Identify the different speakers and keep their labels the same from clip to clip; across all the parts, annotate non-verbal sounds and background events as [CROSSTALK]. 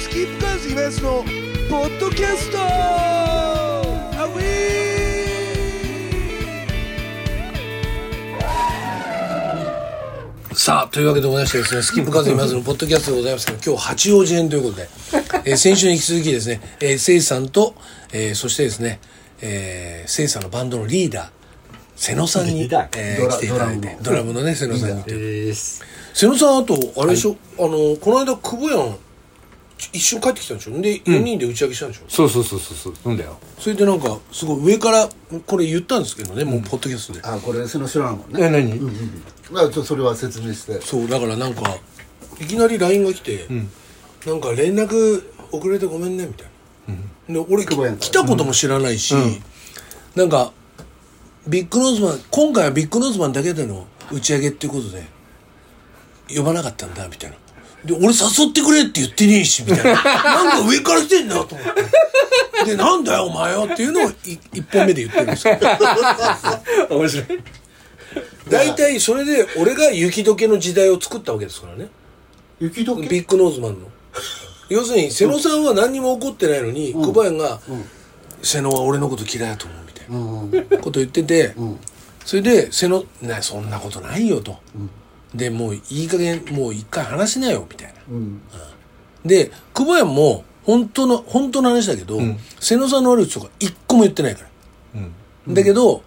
Speaker 1: スキップカーズ東のポッドキャストアウィーさあというわけでございましてですねスキップカーズ東のポッドキャストでございますけど今日八王子編ということで、えー先週に引き続きですね、えー、せいさんと、えーそしてですね、えー、せいさんのバンドのリーダー瀬野さんに
Speaker 2: リーダー、
Speaker 1: え
Speaker 3: ド
Speaker 1: ー、
Speaker 3: ラ
Speaker 1: 来ていただいてドラムのね瀬野さんに
Speaker 2: です。
Speaker 1: 瀬野さんあとあれでしょ、あのこの間久保屋ん一緒に帰ってきたんでしょんで4人で打ち上げしたんでしょ、
Speaker 2: そうそうそうそうそう。なんだよ。
Speaker 1: それでなんかすごい上からこれ言ったんですけどねもうポッドキャストで、
Speaker 3: あこれその人なのね
Speaker 2: え何？
Speaker 3: まあちょっとそれは説明して
Speaker 1: そうだからなんかいきなり LINE が来て、なんか連絡遅れてごめんねみたいな、で俺
Speaker 3: 久保屋んから
Speaker 1: 来たことも知らないし、なんかビッグノーズマン今回はビッグノーズマンだけでの打ち上げっていうことで呼ばなかったんだみたいなで俺誘ってくれって言ってねえしみたいな [LAUGHS] なんか上から来てんなと思ってでなんだよお前よっていうのをい一本目で言ってるんですけど
Speaker 2: 面白い。
Speaker 1: 大体それで俺が雪解けの時代を作ったわけですからね
Speaker 3: 雪解け
Speaker 1: ビッグノーズマンの要するに瀬野さんは何にも怒ってないのに、小林が、瀬野は俺のこと嫌いだと思う」みたい
Speaker 3: う
Speaker 1: な
Speaker 3: ん
Speaker 1: こと言ってて、
Speaker 3: ん
Speaker 1: それで瀬野「なそんなことないよ」と。でもういい加減もう一回話しなよみたいな。
Speaker 3: うん
Speaker 1: で久保谷も本当の本当の話だけど、瀬野さんの悪口とか一個も言ってないから。
Speaker 2: うん。
Speaker 1: だけど、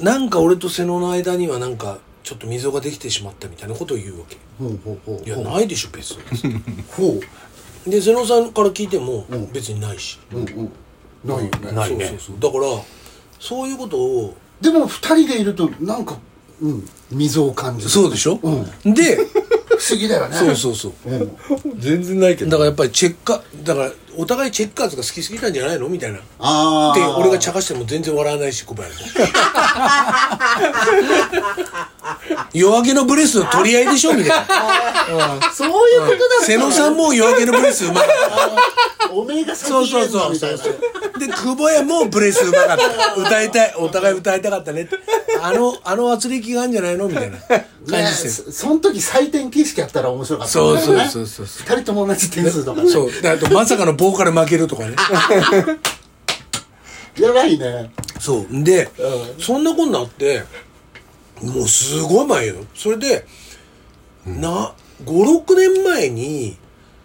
Speaker 1: おなんか俺と瀬野の間にはなんかちょっと溝ができてしまったみたいなことを言うわけ。
Speaker 3: ほうほうほ
Speaker 1: いうやないでしょ別に。 [LAUGHS]
Speaker 3: ほ
Speaker 1: で瀬野さんから聞いても
Speaker 3: ん
Speaker 1: 別にないし、
Speaker 3: ううんうんないよね
Speaker 2: ないね
Speaker 1: そうそうそうだからそういうことを
Speaker 3: でも二人でいるとなんかうん溝を感じる
Speaker 1: そうでしょ、で
Speaker 3: 不思議だよね
Speaker 1: [LAUGHS] そうそうそう
Speaker 3: うん
Speaker 2: 全然ないけ
Speaker 1: [LAUGHS] だ
Speaker 2: ど。
Speaker 1: からやっぱりチェッカーだからお互いチェッカーズが好きすぎたんじゃないのみたいな
Speaker 3: ああ
Speaker 1: で俺が茶化しても全然笑わないし小林 [LAUGHS] も夜明けのブレスの取り合いでしょみたいな
Speaker 3: そういうこと
Speaker 1: 瀬野さんも夜明けのブレスうまかった
Speaker 3: だおめえが先
Speaker 1: そうそう
Speaker 3: 言えん
Speaker 1: そ
Speaker 3: の
Speaker 1: う
Speaker 3: みた
Speaker 1: そ
Speaker 3: いうな
Speaker 1: そうで久保屋もブレスうまかった歌いたいお互い歌いたかったねってあのあの圧力があるんじゃないのみたいな感じ
Speaker 3: ね
Speaker 1: ですよ
Speaker 3: そその時採点形式やったら面白かった
Speaker 1: そうそう
Speaker 3: ね
Speaker 1: そうそうそ
Speaker 3: 二人とも同じ点数とかね
Speaker 1: そうであとまさかのボーカル負けるとかね
Speaker 3: やばいね
Speaker 1: そうで、そんなこんなあってもうすごい前よそれで、な56年前に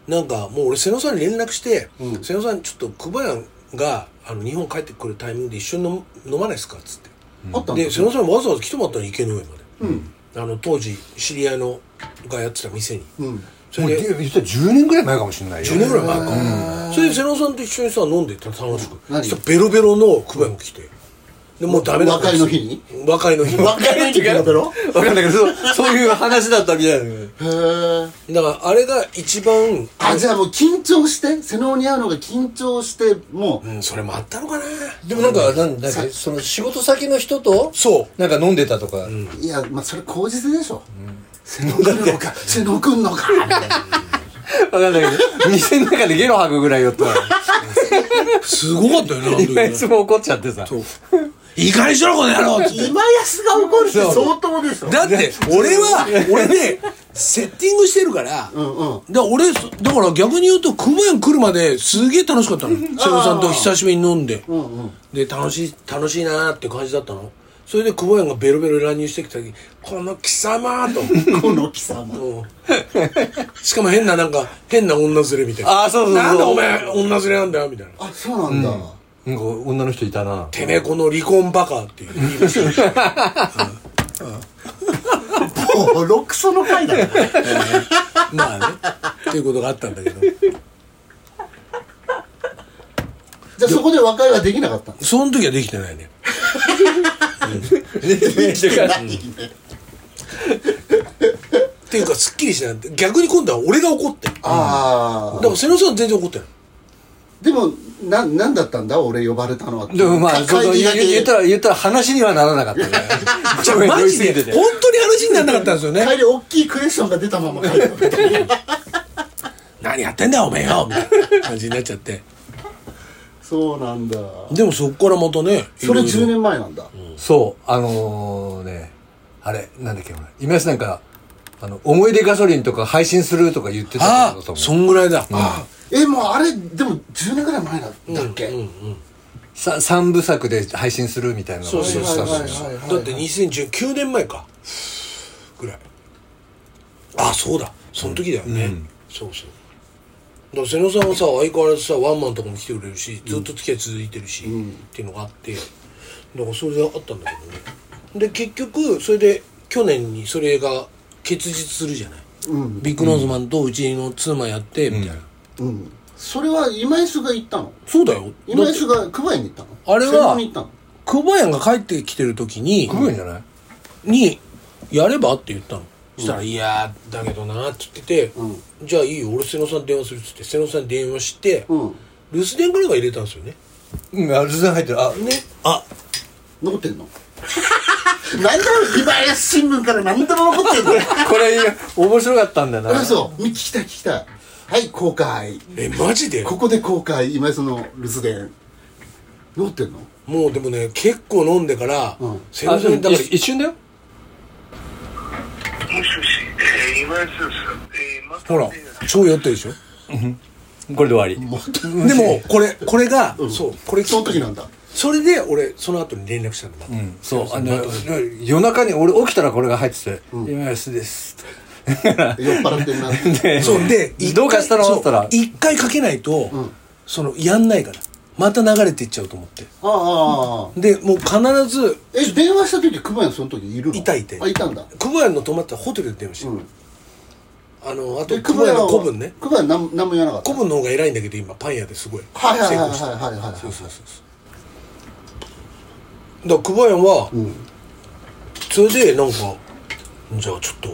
Speaker 1: なんかもう俺瀬野さんに連絡して「瀬野さんちょっと久保屋があの日本帰ってくるタイミングで一緒に飲む飲まないですか?」っつって。
Speaker 3: あったんだ
Speaker 1: で瀬野さんわざわざ来てもらったの池の上まで、あの当時知り合いのがやってた店に、
Speaker 3: うん
Speaker 1: それで
Speaker 2: もう言ったら10年ぐらい前かもしれないよ。
Speaker 1: 10年ぐらい前か、それで瀬野さんと一緒にさ飲んでた楽しく、
Speaker 3: 何
Speaker 1: そしたらベロベロの久保山来てでもうダメだ
Speaker 3: 和解の日に
Speaker 1: 和解の日にだか
Speaker 3: 若い時だったろ
Speaker 2: わかんないけど、そうそういう話だったみたいな。
Speaker 3: へえ
Speaker 1: らあれが一番
Speaker 3: あじゃあもう緊張して瀬能に会うのが緊張しても
Speaker 1: う
Speaker 3: うん
Speaker 1: それもあったのかな
Speaker 2: でもなんか、なんなんか、その仕事先の人と、
Speaker 1: そう
Speaker 2: なんか飲んでたとか。
Speaker 3: いやまあそれ口実でしょ、瀬能来るのか瀬能来んのかみたいな
Speaker 2: わかんないけど、店の中でゲロ吐くぐらい酔ったら。
Speaker 1: すごかったよねあの時
Speaker 2: 今い
Speaker 1: ね
Speaker 2: つも怒っちゃってさ。
Speaker 1: そういい加減にしろこの野
Speaker 2: [LAUGHS]
Speaker 1: 郎っつって
Speaker 3: 今安が怒るって
Speaker 2: そう
Speaker 3: 相当でしょ
Speaker 1: だって俺は俺ねセッティングしてるから、
Speaker 3: うんうん
Speaker 1: だから俺そだから逆に言うと久保屋来るまですげえ楽しかったの瀬野さんと久しぶりに飲んで、で楽しい楽しいなーって感じだったのそれで久保屋がベロベロ乱入してきた時この貴様ーと
Speaker 3: この貴
Speaker 1: う
Speaker 3: 様
Speaker 1: んしかも変ななんか変な女連れみたいな
Speaker 2: あーそうそうそう
Speaker 1: なんでお前女連れなんだよみたいな
Speaker 3: あそうなんだ、
Speaker 2: なんか女の人いたな。
Speaker 1: てめえこの離婚バカっていう言い出し
Speaker 3: ボロクソの回だね
Speaker 1: まあねっていうことがあったんだけど
Speaker 3: じゃあそこで和解はできなかったんです
Speaker 1: その時はできてないねっていうかすっきりしない逆に今度は俺が怒ってる
Speaker 3: ああ
Speaker 1: だから瀬野さんは全然怒ってない
Speaker 3: でもな何だったんだ俺呼ばれたのは
Speaker 2: でもまあ、
Speaker 3: か
Speaker 2: その
Speaker 3: 会議
Speaker 2: 言
Speaker 3: だけ
Speaker 2: 言ったら、言ったら話にはならなか [LAUGHS] ったね。
Speaker 1: じゃあマジで本
Speaker 2: お
Speaker 1: 当に話にならなかったんですよね
Speaker 3: 帰り大きいクエスチョンが出たまま帰った
Speaker 1: 何やってんだよおめえよみたいな感じになっちゃって
Speaker 3: そうなんだ
Speaker 1: でもそっからまたね
Speaker 3: それ
Speaker 1: いろい
Speaker 3: 10
Speaker 1: ろ
Speaker 3: 年前なんだ、
Speaker 2: そう、あのー、ね、あれ、なんだっけ、ほら今やなんか、あの、思い出ガソリンとか配信するとか言ってた
Speaker 1: あ
Speaker 2: ことだと
Speaker 1: あ
Speaker 2: 思う
Speaker 1: そんぐらいだ、ああ
Speaker 3: えもうあれでも10年ぐらい前だだっけ、
Speaker 2: さ3部作で配信するみたいな
Speaker 1: そう
Speaker 2: を
Speaker 1: そう
Speaker 2: した
Speaker 1: そ
Speaker 2: ん
Speaker 1: う
Speaker 2: で
Speaker 1: そう
Speaker 2: すよ
Speaker 3: はいはいはいはい
Speaker 1: だって2019年前かぐらいあそうだその時だよね、そうそうだから瀬野さんはさ相変わらずさワンマンとかも来てくれるしずっと付き合い続いてるし、っていうのがあってだからそれであったんだけどねで結局それで去年にそれが結実するじゃない、ビッグノーズマンとうちの妻やってみたいな、
Speaker 3: うん、それは今井氏が行ったの
Speaker 1: そうだよ
Speaker 3: 今
Speaker 1: だっ
Speaker 3: 井
Speaker 1: て
Speaker 3: 氏が熊谷に行ったの
Speaker 1: あれは
Speaker 3: 専門に行ったの
Speaker 1: 久保屋が帰ってきてる時に
Speaker 2: 来るんじゃない
Speaker 1: に「やれば?」って言ったのそしたら「いやーだけどな」って言ってて
Speaker 3: うん
Speaker 1: 「じゃあいいよ俺瀬野さん電話する」っつって瀬野さんに電話して
Speaker 3: うん
Speaker 1: 留守電ぐらいは入れたんですよね
Speaker 2: うんあ全然入ってるあ
Speaker 1: ねあ
Speaker 3: 残ってんの [LAUGHS] 何でも今井新聞から何でも残
Speaker 1: [LAUGHS]
Speaker 3: ってんの
Speaker 2: これいいよ面白かったんだよな
Speaker 3: あそう聞きたい聞きたいはい公開
Speaker 1: えマジで
Speaker 3: ここで公開今井その留守電残ってんの
Speaker 1: もうでもね結構飲んでから
Speaker 3: うん
Speaker 1: 瀬
Speaker 2: あ
Speaker 1: 野さ
Speaker 2: で
Speaker 1: ん
Speaker 2: も
Speaker 1: にだから
Speaker 2: 一一瞬だよ
Speaker 4: もしもし、えー、今井先生、えー、また
Speaker 1: ほら
Speaker 4: ね
Speaker 1: 超酔ってるでしょ
Speaker 2: これで終わ
Speaker 1: [LAUGHS]
Speaker 2: り
Speaker 1: でもこれこれがそうこれ
Speaker 3: その時なんだ
Speaker 1: それで俺その後に連絡したんだ
Speaker 2: そうあの夜中に俺起きたらこれが入ってて「今安です」
Speaker 3: 酔っ払ってんな
Speaker 1: [LAUGHS]
Speaker 2: で
Speaker 1: そうで一回
Speaker 2: どうかしたの?」っ
Speaker 1: そう
Speaker 2: て言ったら
Speaker 1: 一回かけないと
Speaker 3: ん
Speaker 1: そのやんないからまた流れていっちゃうと思って
Speaker 3: ああああ
Speaker 1: でもう必ず
Speaker 3: え電話した時熊谷その時いるの
Speaker 1: いたいて
Speaker 3: あいたんだ
Speaker 1: 久保屋の泊まったホテルで電話して、
Speaker 3: うん
Speaker 1: あのあと
Speaker 3: で
Speaker 1: 久保屋の古文ね
Speaker 3: 熊谷何何も言わなかった
Speaker 1: 古文の方が偉いんだけど今パン屋ですごい
Speaker 3: はいはいはいは
Speaker 1: 成功
Speaker 3: い
Speaker 1: した
Speaker 3: はいはいはい
Speaker 1: そうそうそうそうだから久保屋は、
Speaker 3: ん
Speaker 1: それでなんかじゃあちょっと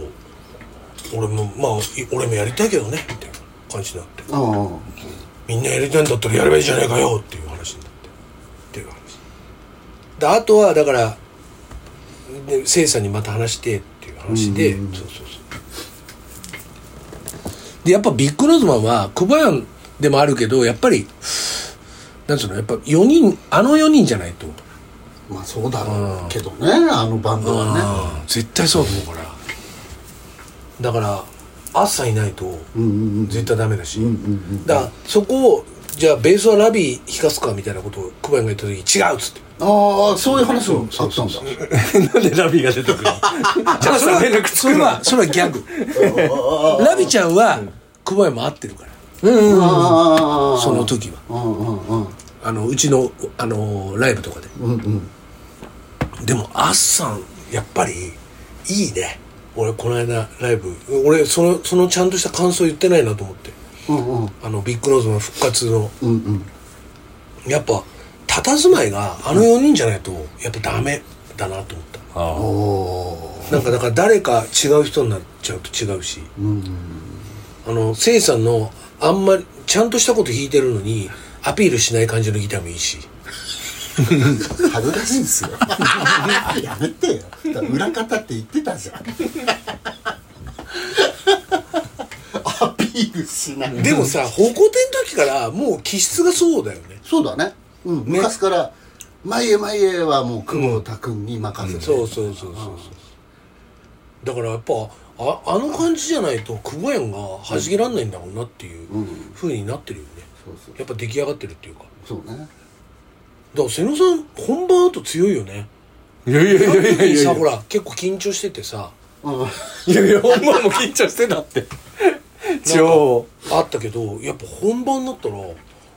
Speaker 1: 俺もまあい俺もやりたいけどねみたいな感じになって
Speaker 3: うん
Speaker 1: みんなやりたいんだったらやればいいじゃないかよっていう話になってっていう話であとはだからでせいさんにまた話してっていう話で、そうそうそうでやっぱビッグロズマンは久保屋でもあるけどやっぱりなんつうのやっぱ4人あの4人じゃないと、
Speaker 3: まあそうだろうけどねあのバンドはね
Speaker 1: 絶対そうだと思うからだから朝いないと
Speaker 3: うんうんうん
Speaker 1: 絶対ダメだし、
Speaker 3: うんうん
Speaker 1: だからそこをじゃあベースはラビー弾かすかみたいなことを久保井が言った時に違うっつって
Speaker 3: ああそういう話もあったんだ
Speaker 2: なんでラビーが出て
Speaker 1: [LAUGHS]
Speaker 2: くるのじゃあそれは連絡つ
Speaker 1: そ
Speaker 2: く
Speaker 1: れ
Speaker 2: の
Speaker 1: はそれはギャグラビちゃんは久保井も合ってるから
Speaker 3: ああ
Speaker 1: その時は
Speaker 3: うんうんうん
Speaker 1: あのうちのあのライブとかで
Speaker 3: うんうん
Speaker 1: でもアッサンやっぱりいいね俺この間ライブ俺そのそのちゃんとした感想言ってないなと思って
Speaker 3: うんうん
Speaker 1: あのビッグノーズの復活の
Speaker 3: うんうん
Speaker 1: やっぱ佇まいがあの4人じゃないとやっぱダメだなと思った
Speaker 2: あ
Speaker 3: おお
Speaker 1: なんかだから誰か違う人になっちゃうと違うし、あのせいさんのあんまりちゃんとしたこと弾いてるのにアピールしない感じのギターもいいし
Speaker 3: 恥ずかしいですよやめてよだから裏方って言ってたじゃんアピールしない
Speaker 1: でもさ方向転の時からもう気質がそうだよね
Speaker 3: そうだね、うん、昔から「前へ前へ」はもう久保田君に任せて、
Speaker 1: そうそうそうそうそうだからやっぱああの感じじゃないと久保園が弾けらんないんだろうなっていうふうになってるよね、
Speaker 3: そうそう
Speaker 1: やっぱ出来上がってるっていうかだ
Speaker 3: そうね
Speaker 1: から瀬野さん本番あと強いよね
Speaker 2: いやいやいやいやいやい
Speaker 1: さ
Speaker 2: や
Speaker 1: ほら結構緊張しててさ
Speaker 3: うん
Speaker 2: いやいやほんまもう緊張してたって超
Speaker 1: あったけどやっぱ本番になったら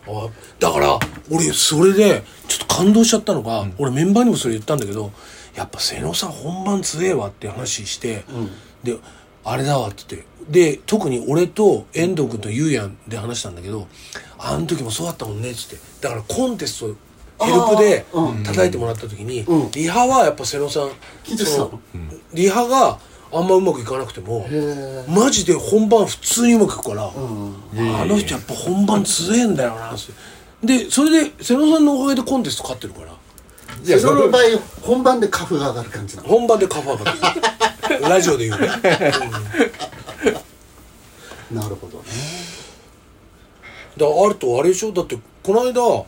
Speaker 1: あだから俺それでちょっと感動しちゃったのが、俺メンバーにもそれ言ったんだけどやっぱ瀬野さん本番強えわって話して、であれだわって言ってで特に俺と遠藤君とゆうやんで話したんだけどあの時もそうだったもんねっつってだからコンテストヘルプで
Speaker 3: あー
Speaker 1: 叩いてもらった時に、
Speaker 3: うん
Speaker 1: リハはやっぱ瀬野さん
Speaker 3: 緊張した
Speaker 1: そ
Speaker 3: の
Speaker 1: のリハがあんまうまくいかなくても
Speaker 3: へ
Speaker 1: マジで本番普通にうまくいくから、
Speaker 3: う
Speaker 1: あの人やっぱ本番強えんだよなってでそれで瀬野さんのおかげでコンテスト勝ってるから
Speaker 2: いや
Speaker 3: そ
Speaker 2: そ
Speaker 3: の
Speaker 2: れ
Speaker 3: 場合本番でカフが上がる感じなの
Speaker 1: 本番でカバーが
Speaker 3: [LAUGHS]
Speaker 1: 勝るラジオで言うね、
Speaker 3: なるほどね
Speaker 1: だからあるとあれでしょだってこの間、あの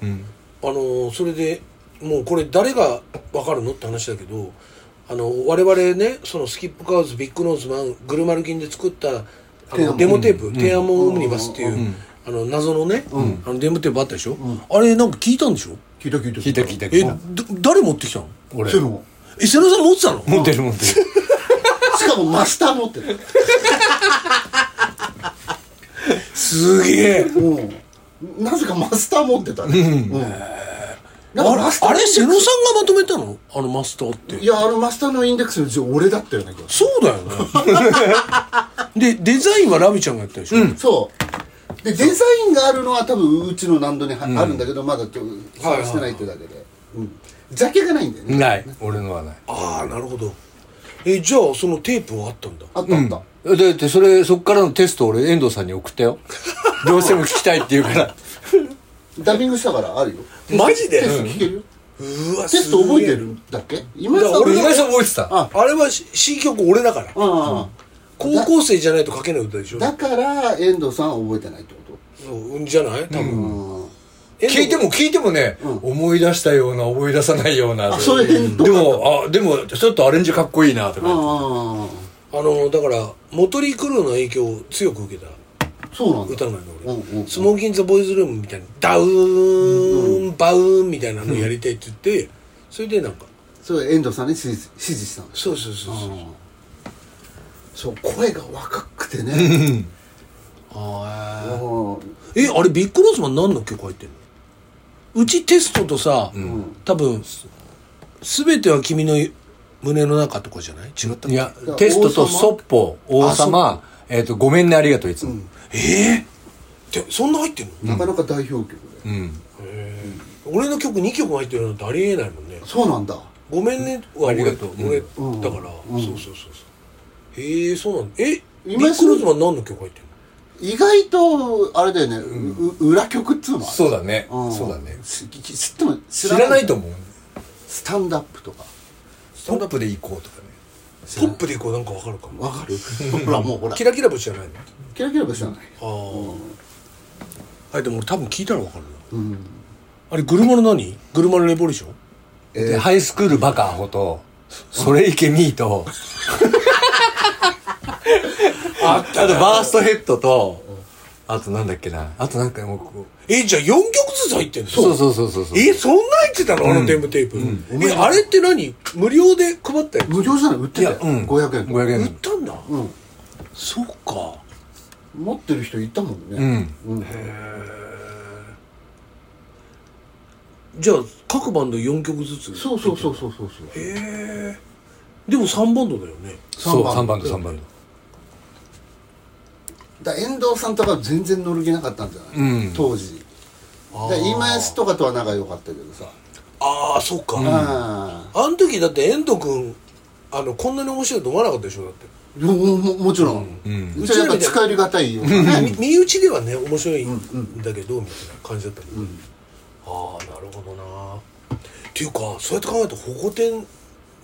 Speaker 1: ーそれでもうこれ誰が分かるのって話だけどあの我々ねそのスキップカーズビッグノーズマングルマルキンで作ったあ
Speaker 3: テアモ
Speaker 1: の
Speaker 3: ン
Speaker 1: デモテープ「テアモンオムニバス」っていう、ああの謎のね、あのデムテープあったでしょ、あれなんか聞いたんでしょ
Speaker 3: 聞いた聞いた
Speaker 2: 聞いた聞いた
Speaker 1: え、
Speaker 2: 聞いた
Speaker 1: ど誰持ってきたの
Speaker 2: 俺
Speaker 3: それも
Speaker 1: え瀬野さん持ってたの
Speaker 2: 持ってる持ってる
Speaker 3: しかもマスター持ってる
Speaker 1: すげえ
Speaker 3: うんなぜかマスター持ってたねうんだからマスター
Speaker 1: あれ瀬野さんがまとめたのあのマスターって
Speaker 3: いやあのマスターのインデックスの字俺だったよね今日
Speaker 1: そうだよ [LAUGHS] ねでデザインはラミちゃんがやったでしょ、
Speaker 3: そうでデザインがあるのは多分うちの何度にはあるんだけどまだちょっと探してないってだけでうんジャケがないんだよね
Speaker 2: ない俺のはない
Speaker 1: ああなるほどえじゃあそのテープはあったんだ
Speaker 3: あったあった
Speaker 2: だってそれそっからのテスト俺遠藤さんに送った [LAUGHS] よどうしても聞きたいって言うから
Speaker 3: ダビングしたからあるよ
Speaker 1: マジで
Speaker 3: テスト聞けるよ
Speaker 1: うわ
Speaker 3: テスト覚えて
Speaker 1: すげ
Speaker 3: るだっけ今井
Speaker 1: だ
Speaker 3: さ
Speaker 1: か
Speaker 3: ん
Speaker 1: ら俺
Speaker 2: 俺
Speaker 1: が
Speaker 2: 今井さん覚えてた
Speaker 3: あ
Speaker 1: あれは C 曲俺だから
Speaker 3: うんうん
Speaker 1: 高校生じゃないと書けない歌でしょ
Speaker 3: だから遠藤さんは覚えてないってこ
Speaker 1: うんじゃない多分、
Speaker 2: 聞いても聞いてもね、思い出したような思い出さないような
Speaker 3: あそれ変動
Speaker 2: でもあでもちょっとアレンジかっこいいなと
Speaker 3: と
Speaker 2: か
Speaker 3: ああ
Speaker 1: あのだからモトリクルーの影響を強く受けた
Speaker 3: そうなんだ
Speaker 1: 歌なのよ俺、
Speaker 3: うんうんうん
Speaker 1: スモーキン・ザ・ボーイズ・ルームみたいなダウーン、バウーンみたいなのやりたいって言って、それでなんか
Speaker 3: それ遠藤さんに指示指示したんです
Speaker 1: そうそうそうそう、
Speaker 3: そう声が若くてねああ
Speaker 1: えあれビッグロースマン何の曲入ってんのうちテストとさ、多分「すべては君の胸の中」とかじゃない違った
Speaker 2: いやテストとそっぽ王様えっ、とごめんねありがとういつも、
Speaker 1: えー、ってそんな入ってんの、
Speaker 3: なかなか代表曲で
Speaker 1: 俺の曲2曲入ってるなんてありえないもんね
Speaker 3: そうなんだ
Speaker 1: 「ごめんね」は俺
Speaker 2: ありがとう
Speaker 1: 俺、
Speaker 3: ん
Speaker 1: だから、そうそうそうそうへえそうなんだえビッ
Speaker 3: 今
Speaker 1: グロースマン何の曲入ってんの
Speaker 3: 意外とあれだよね、う裏曲っつうのは
Speaker 2: そうだね、
Speaker 3: ん
Speaker 2: そうだね
Speaker 3: 知知っても
Speaker 2: 知
Speaker 3: 知
Speaker 2: らないと
Speaker 3: 思う
Speaker 2: 思う
Speaker 3: スタンドアップとか
Speaker 2: トップで行こうとかね
Speaker 1: ポップでこうなんかわかるかも
Speaker 3: わかるほらもうほら
Speaker 1: キラキラ星じゃないの
Speaker 3: キラキラば知らない
Speaker 1: ああ、はいでも俺多分聞いたらわかるな、あれ車の何車のレボリューション
Speaker 2: でハイスクールバカアホとそれいけミーとあとバーストヘッドとあとなんだっけなあとなんかもうこう
Speaker 1: えじゃあ4曲ずつ入ってんの
Speaker 2: そうそうそうそうそう
Speaker 1: えそんな入ってたのあのテープテープ、えあれって何無料で配ったやつ
Speaker 3: 無料じゃない売ってたよ、
Speaker 2: うん
Speaker 3: 500円とか
Speaker 2: 500
Speaker 1: 売
Speaker 2: 円
Speaker 1: ったんだ、
Speaker 3: うん
Speaker 1: そうか
Speaker 3: 持ってる人いたもんね、
Speaker 2: うん
Speaker 1: じゃあ各バンド4曲ずつ
Speaker 3: そうそうそうそうそうそう
Speaker 1: でも3バンドだよね
Speaker 2: そう
Speaker 3: 三
Speaker 2: 3
Speaker 3: 番
Speaker 2: 番と3番と
Speaker 3: だから遠藤さんとかは全然乗る気なかったんじゃない、
Speaker 2: うん
Speaker 3: 当時だから今安とかとは仲良かったけどさ、
Speaker 1: ああそうか、あ
Speaker 3: あ
Speaker 1: の時だって遠藤君あのこんなに面白いと思わなかったでしょだって
Speaker 3: あもももちろん、う
Speaker 2: うん
Speaker 3: ちはやっぱ使いがたいよ、ね、
Speaker 1: み身内ではね面白いんだけど、みたいな感じだったもん、ああなるほどなっていうかそうやって考えると保護点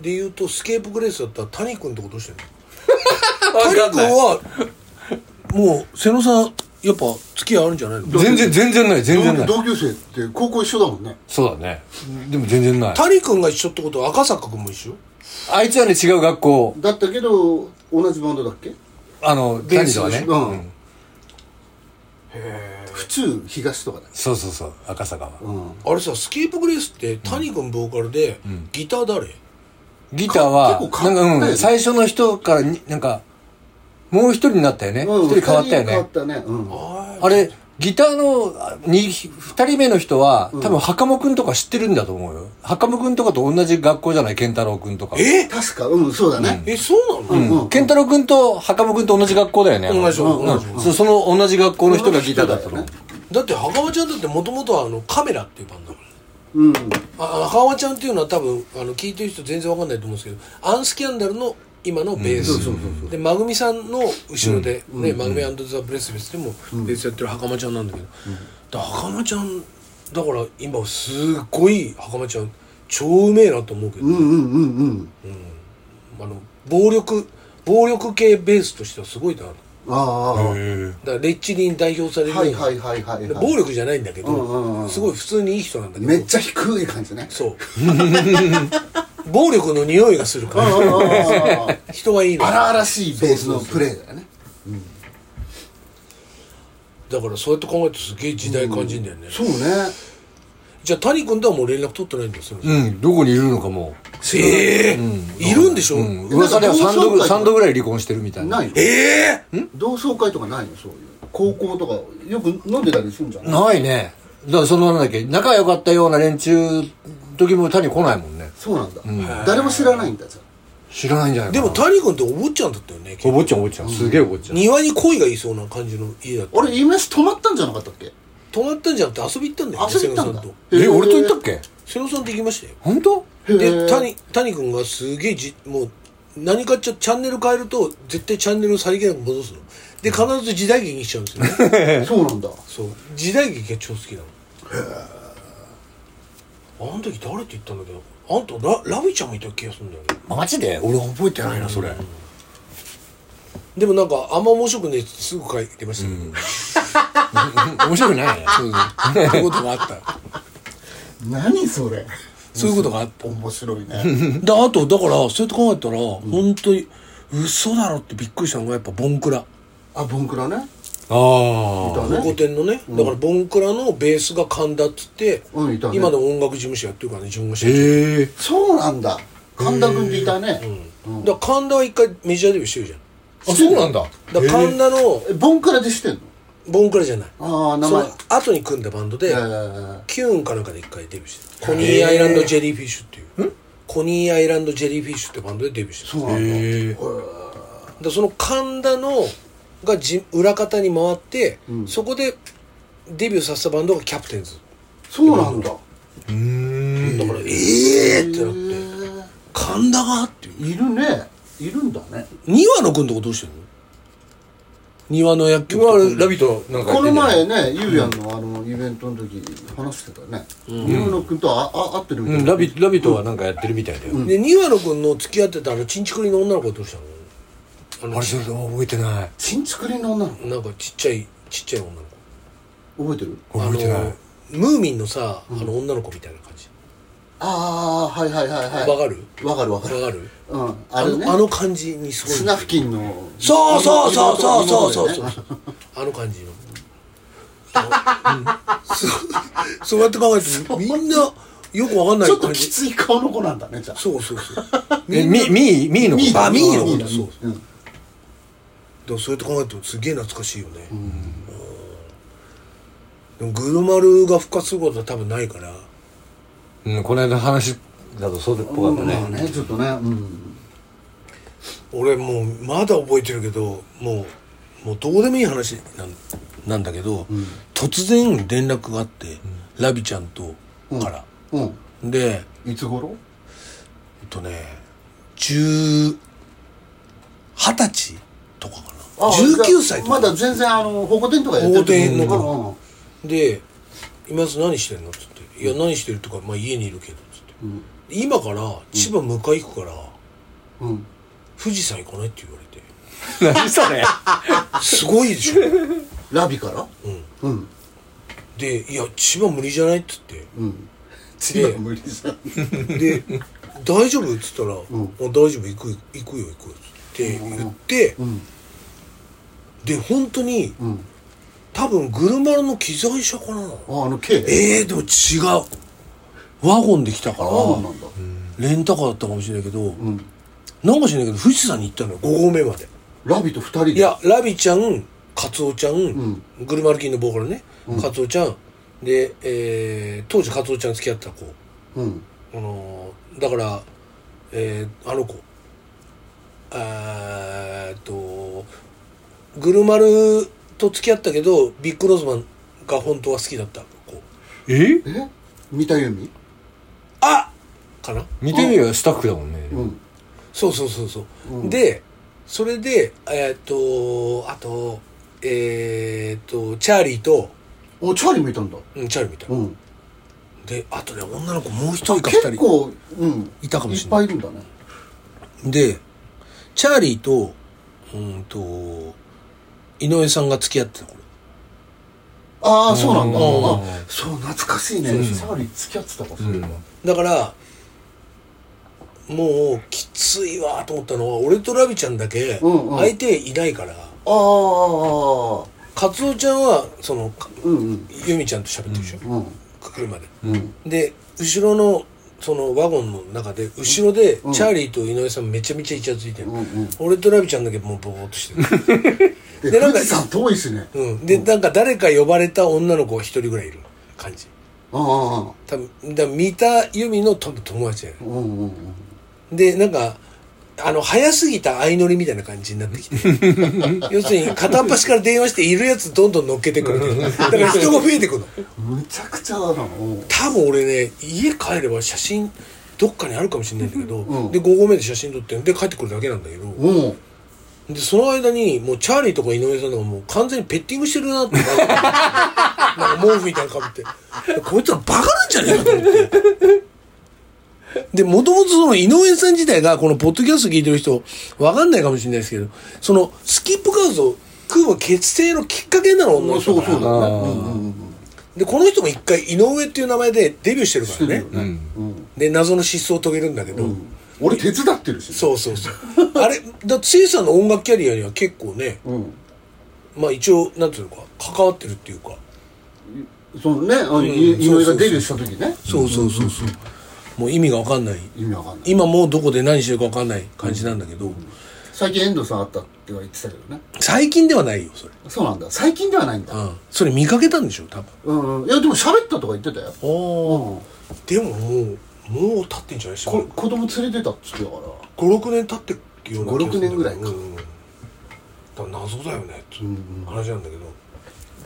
Speaker 1: で言うとスケープグレースだったら谷君とこどうしてんの谷君はもう瀬野さんやっぱ付き合いあるんじゃないの
Speaker 2: 全然全然ない全然ない
Speaker 3: 同級生って高校一緒だもんね
Speaker 2: そうだねでも全然ない
Speaker 1: 谷君が一緒ってことは赤坂君も一緒
Speaker 2: あいつはね違う学校
Speaker 3: だったけど同じバンドだっけ
Speaker 2: あの
Speaker 1: ベー
Speaker 2: 谷
Speaker 1: ス
Speaker 2: とはね
Speaker 3: うん、普通東とかだよ、
Speaker 2: そうそうそう赤坂は
Speaker 3: うん、
Speaker 1: あれさスケープグレースって谷君ボーカルで、ギター誰
Speaker 2: ギターは
Speaker 3: 結構
Speaker 2: な
Speaker 3: 変わったよね
Speaker 2: んかうん最初の人からになんかもう一人になったよね
Speaker 3: うん
Speaker 2: 一人変わったよ
Speaker 3: 二人変わ
Speaker 2: ね
Speaker 3: ったね、うん、
Speaker 2: あれギターのあに二人目の人は多分袴くんとか知ってるんだと思うよ袴くんとかと同じ学校じゃない健太郎くんとか
Speaker 1: え
Speaker 3: 確かうんそうだね、
Speaker 1: えそうなの、
Speaker 3: うん
Speaker 2: 健太郎くんと袴くんと同じ学校だよね
Speaker 1: 同じ
Speaker 2: うん
Speaker 1: 同じ
Speaker 2: うんそその同じ学校の人がギターだったの
Speaker 3: 同じ人
Speaker 1: だって袴ちゃんだってもともとはあのカメラっていうバンドだから
Speaker 3: うん
Speaker 1: あ赤ちゃんっていうのは多分あの聞いてる人全然わかんないと思うんですけどアンスキャンダルの今のベース、でマグミさんの後ろで、ねマグミザ・ブレスベスでもベースやってる袴ちゃんなんだけど、だから袴ちゃんだから今すっごい袴ちゃん超うめえなと思うけど、
Speaker 3: うんうんうんうん
Speaker 1: あの暴力暴力系ベースとしてはすごいなだか
Speaker 3: ああ、
Speaker 1: らレッチリに代表されるよ
Speaker 3: は
Speaker 1: う
Speaker 3: い
Speaker 1: な、
Speaker 3: はいはいはい、はい、
Speaker 1: 暴力じゃないんだけど、
Speaker 3: うんうんうん
Speaker 1: すごい普通にいい人なんだけど
Speaker 3: めっちゃ低い感じね
Speaker 1: そう [LAUGHS] 暴力の匂いがするから人はいいの
Speaker 3: 荒々しいベースのプレーだよね
Speaker 1: だからそうやって考えるとすげえ時代感じんだよね、
Speaker 3: そうね
Speaker 1: じゃあ谷君とはもう連絡取ってないんですよ、
Speaker 2: うん、どこにいるのかも
Speaker 1: ええいるんでしょ、
Speaker 2: う。噂では
Speaker 3: な
Speaker 2: 3
Speaker 3: んか
Speaker 2: 度
Speaker 3: 同窓会とか
Speaker 2: 三度ぐらい離婚してるみたいな。
Speaker 3: ないの
Speaker 1: ええ
Speaker 3: 同窓会とかないのそういう高校とかよく飲んでたりするんじゃない
Speaker 2: ないね。だからそのなんだっけ、仲良かったような連中時も谷来ないもんね。
Speaker 3: そうなんだ誰も知らないんだじゃ
Speaker 2: 知らないんじゃない
Speaker 1: で
Speaker 2: かな
Speaker 1: も谷君ってお坊ちゃんだったよね
Speaker 2: お坊ちゃんお坊ちゃん。すげえお坊ちゃん。
Speaker 1: 庭に鯉がいそうな感じの家だっ
Speaker 3: あ
Speaker 1: た
Speaker 3: 俺 EMS 泊まったんじゃなかったっけ
Speaker 1: 泊まったんじゃなくて遊び行ったんだよ、ね、
Speaker 3: 遊び行ったん
Speaker 1: 瀬野
Speaker 3: だ
Speaker 1: さと
Speaker 2: え、俺と行ったっ
Speaker 3: け
Speaker 2: け
Speaker 1: 瀬野さんと行きましたよ
Speaker 2: 本当
Speaker 3: へ
Speaker 1: で
Speaker 3: え
Speaker 1: 谷谷君がすげえじもう何かちょチャンネル変えると絶対チャンネルをさりげなく戻すので必ず時代劇にしちゃうんですよね
Speaker 3: そうなんだ
Speaker 1: そう時代劇が超好きなのあの時誰って言ったんだけどあんたララビちゃんもいた気がするんだよね
Speaker 2: マジで俺覚えてないな、それ。
Speaker 1: でもなんかあんま面白くねえってすぐ書いてましたけど、
Speaker 2: 面白くないね。 [LAUGHS] そう
Speaker 1: そういうことがあった
Speaker 3: 何それ
Speaker 1: [LAUGHS] そういうことがあった
Speaker 3: 面白いね [LAUGHS]
Speaker 1: であとだからそうやって考えたら、本当に嘘だろってびっくりしたのがやっぱボンクラ
Speaker 3: あボンクラ
Speaker 2: あ
Speaker 3: ねだ
Speaker 1: ホコ
Speaker 3: ね
Speaker 1: 天のね、だからボンクラのベースが神田っつって、
Speaker 3: うんいたね
Speaker 1: 今の音楽事務所やってるからね自分が
Speaker 2: あ。
Speaker 1: 知ってる、
Speaker 2: へえ。
Speaker 3: そうなんだ神田君っていたね
Speaker 1: だから神田は一回メジャーデビューしてるじゃん
Speaker 2: あ、そうなんだ。
Speaker 1: だから神田の
Speaker 3: えボンクラでしてんの
Speaker 1: ボンクラじゃない
Speaker 3: ああ名前
Speaker 1: その後に組んだバンドで、
Speaker 3: えー
Speaker 1: キューンかなんかで一回デビューしてるコニーアイランドジェリーフィッシュっていう、コニーアイランドジェリーフィッシュってバンドでデビューしてる
Speaker 3: そうなんだ
Speaker 2: へえ。
Speaker 1: でその神田のがじ裏方に回って、そこでデビューさせたバンドがキャプテンズ
Speaker 3: そうなん
Speaker 1: だか
Speaker 3: だ
Speaker 1: らええー、ってな
Speaker 3: へ
Speaker 1: って
Speaker 3: ー
Speaker 1: 神田がっていう
Speaker 3: いるねいるんだね
Speaker 1: 庭野君とこどうしてんの庭の薬局
Speaker 2: 今、
Speaker 1: とか
Speaker 2: ラビットなんかや
Speaker 3: こ
Speaker 2: って
Speaker 3: の
Speaker 2: んじゃない
Speaker 3: 前ねゆうやんのあのイベントの時話してたねゆうのくんとああ会ってるみた
Speaker 2: う
Speaker 3: い
Speaker 2: ん、
Speaker 3: な
Speaker 2: ラビット、ラビットはなんかやってるみたいだよ。
Speaker 1: で庭野君の付き合ってたあのちんちくりの女の子はどうしたのあの
Speaker 2: あれ、それ覚えてない。
Speaker 3: ちんちくりんの女の
Speaker 1: なんかちっちゃいちっちゃい女の子
Speaker 3: 子覚えてる
Speaker 2: 覚えてない
Speaker 1: あのムーミンのさあの女の子みたいな感じ
Speaker 3: ああはいはいはいはい
Speaker 1: わかる
Speaker 3: わかるわ
Speaker 1: わ
Speaker 3: か
Speaker 1: か
Speaker 3: る
Speaker 1: る
Speaker 3: うんあ
Speaker 1: あ
Speaker 3: れね
Speaker 1: のあの感じにすごい
Speaker 3: 砂付近の
Speaker 1: そうそうそうそうそうそうそう
Speaker 3: う
Speaker 1: あの感じの、そうそうやって考えてみんなよくわかんな
Speaker 3: ちょ
Speaker 1: い
Speaker 3: っと
Speaker 1: 感
Speaker 3: き
Speaker 1: じ
Speaker 3: つい顔の子なんだねじゃあ
Speaker 1: そうそうそう
Speaker 2: え、ミ、ミー、ミーのこと
Speaker 1: あミーのこと
Speaker 3: だ
Speaker 1: そう
Speaker 3: うんうん
Speaker 1: でもそうやって考えるとすげえ懐かしいよね、うんでもグルマルが復活することは多分ないから
Speaker 2: うん、この間の話だとそうっぽかった
Speaker 3: まあ
Speaker 2: ね。
Speaker 3: ねちょっとねうん
Speaker 1: 俺もうまだ覚えてるけどもうもうどうでもいい話なんなんだけど、突然連絡があって、ラビちゃんとから、
Speaker 3: うん
Speaker 1: でえ
Speaker 3: いつ頃
Speaker 1: っとね10 20歳とかかな
Speaker 3: あ
Speaker 1: 19歳とか
Speaker 3: まだ全然あの保護店とかやってる
Speaker 1: 保護店の
Speaker 3: 時
Speaker 1: 頃
Speaker 3: うんうんうん
Speaker 1: で「今す何してんの?」っつって「いや何してる?」とか「まあ、家にいるけど」っつって、今から千葉向かい行くから、
Speaker 3: うん
Speaker 1: 富士山行かない?」って言われて
Speaker 3: [LAUGHS]
Speaker 2: 何それ
Speaker 1: すごいでしょ
Speaker 3: ラビからうんうん
Speaker 1: で「いや千葉無理じゃない?」っつって
Speaker 3: うん
Speaker 1: で
Speaker 3: 違う無理じゃん
Speaker 1: で「大丈夫?」っつったら「
Speaker 3: ん
Speaker 1: あ大丈夫行く行くよ行くよ」って言って、
Speaker 3: ん
Speaker 1: で本当に、
Speaker 3: ん
Speaker 1: 多分グルマラの機材車かな
Speaker 3: ああの K
Speaker 1: えー、でも違うワゴンで来たから
Speaker 3: そうなんだ
Speaker 1: レンタカーだったかもしれないけど、なんか知らないけど富士山に行ったのよ5合目まで
Speaker 3: ラビと二人で
Speaker 1: いやラビちゃんカツオちゃん、
Speaker 3: ん
Speaker 1: グルマルキンのボーカルね、カツオちゃんで、えー当時カツオちゃん付き合ってた子
Speaker 3: うん
Speaker 1: あのーだから、えーあの子えーっとグルマルと付き合ったけどビッグローズマンが本当は好きだった子
Speaker 2: え
Speaker 3: え三田由美
Speaker 1: あかな
Speaker 2: 見てみようよスタッフだもんね。
Speaker 3: うん
Speaker 1: そうそうそうそう、でそれでえーっとあとえーっとチャーリーと、
Speaker 3: おチャーリーもいたんだ
Speaker 1: うん、チャーリーみたいな、
Speaker 3: うん
Speaker 1: であとね女の子もう一人か二人
Speaker 3: 結構うん
Speaker 1: いたかもしれ
Speaker 3: い
Speaker 1: な
Speaker 3: っぱいいるんだね
Speaker 1: でチャーリーとうーんと井上さんが付き合ってた頃
Speaker 3: ああそうなんだ
Speaker 1: うん
Speaker 3: あそう懐かしいねチャーリー付き合ってたかそれは
Speaker 1: だからもうきついわと思ったのは俺とラビちゃんだけ
Speaker 3: うんうん
Speaker 1: 相手いないから、
Speaker 3: ああ
Speaker 1: カツオちゃんはそのか
Speaker 3: うんうん
Speaker 1: 由美ちゃんと喋ってるでしょ、
Speaker 3: うん
Speaker 1: 車で、で後ろのそのワゴンの中で後ろでチャーリーと井上さんめちゃめちゃイチャついてる、
Speaker 3: うんうん
Speaker 1: 俺とラビちゃんだけもうボーっとしてる、
Speaker 3: え
Speaker 1: でなん
Speaker 3: 富
Speaker 1: か
Speaker 3: 士山遠いしね
Speaker 1: うん、でなんか誰か呼ばれた女の子が一人ぐらいいる感じ
Speaker 3: ああ
Speaker 1: 多分だから三田由美の多分友達だよね
Speaker 3: うんうんうん
Speaker 1: でなんかあの早すぎた相乗りみたいな感じになってきて要するに片っ端から電話しているやつどんどん乗っけてくるみたいなだから人が増えてくの
Speaker 3: むちゃくちゃだなうん
Speaker 1: 多分俺ね家帰れば写真どっかにあるかもしれないんだけど、
Speaker 3: うん
Speaker 1: で5合目で写真撮ってで帰ってくるだけなんだけど、
Speaker 3: うん
Speaker 1: でその間にもうチャーリーとか井上さんとかもう完全にペッティングしてるなってなんか毛布みたいなのかぶってでこいつらバカなんじゃねえかと思ってでもともとその井上さん自体がこのポッドキャスト聞いてる人わかんないかもしれないですけどそのスキップカーズを組む結成のきっかけなの女
Speaker 3: そ
Speaker 1: の
Speaker 3: うそ
Speaker 1: 人
Speaker 3: う
Speaker 1: だ
Speaker 3: だ
Speaker 1: から
Speaker 3: ねうんうんうん
Speaker 1: でこの人も一回井上っていう名前でデビューしてるから
Speaker 3: してる
Speaker 1: ね
Speaker 3: よねうん
Speaker 1: で謎の失踪を遂げるんだけど、
Speaker 3: 俺手伝ってるしね
Speaker 1: そうそうそう [LAUGHS] あれだってせいさんの音楽キャリアには結構ね
Speaker 3: うん
Speaker 1: まあ一応なんていうのか関わってるっていうか
Speaker 3: そのねあの
Speaker 1: う
Speaker 3: い
Speaker 1: ん
Speaker 3: 井上がデビューした時ね
Speaker 1: そうそうそうそうもう意味が分かんない
Speaker 3: 意味わかんない
Speaker 1: 今もうどこで何してるか分かんない感じなんだけど、
Speaker 3: 最近遠藤さんあったっては言ってたけどね
Speaker 1: 最近ではないよそれ、
Speaker 3: そうなんだ最近ではないん
Speaker 1: う
Speaker 3: だ
Speaker 1: ん、それ見かけたんでしょ多分
Speaker 3: うんうんいやでも喋ったとか言ってたよ
Speaker 1: あ
Speaker 3: うん
Speaker 1: あでももうもう経ってんじゃないですか
Speaker 3: こ子供連れてたっつってたから
Speaker 1: 56年経ってるような気がするんだけど
Speaker 3: 5-6年ぐらいか
Speaker 1: うんだから謎だよねっていう話なんだけど、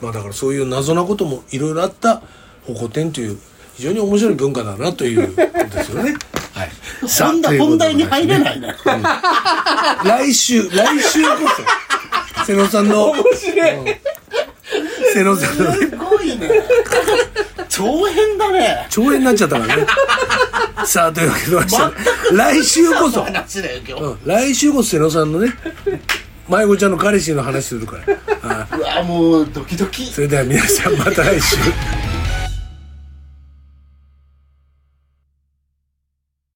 Speaker 1: まあだからそういう謎なこともいろいろあった保護展という非常に面白い文化だなと [LAUGHS] いうことですよねはいさあ
Speaker 3: 本題
Speaker 1: ということ
Speaker 3: 本
Speaker 1: で
Speaker 3: 題に入れないね
Speaker 1: 来週来週こそ瀬野さんの面白い瀬野さんのね
Speaker 3: すごいね長編だね
Speaker 1: 長編になっちゃったからねさあというわけで来週こそ
Speaker 3: 話だよ今日
Speaker 1: うん来週こそ瀬野さんのね迷子ちゃんの彼氏の話するから
Speaker 3: うわもうドキドキ
Speaker 1: それでは皆さんまた来週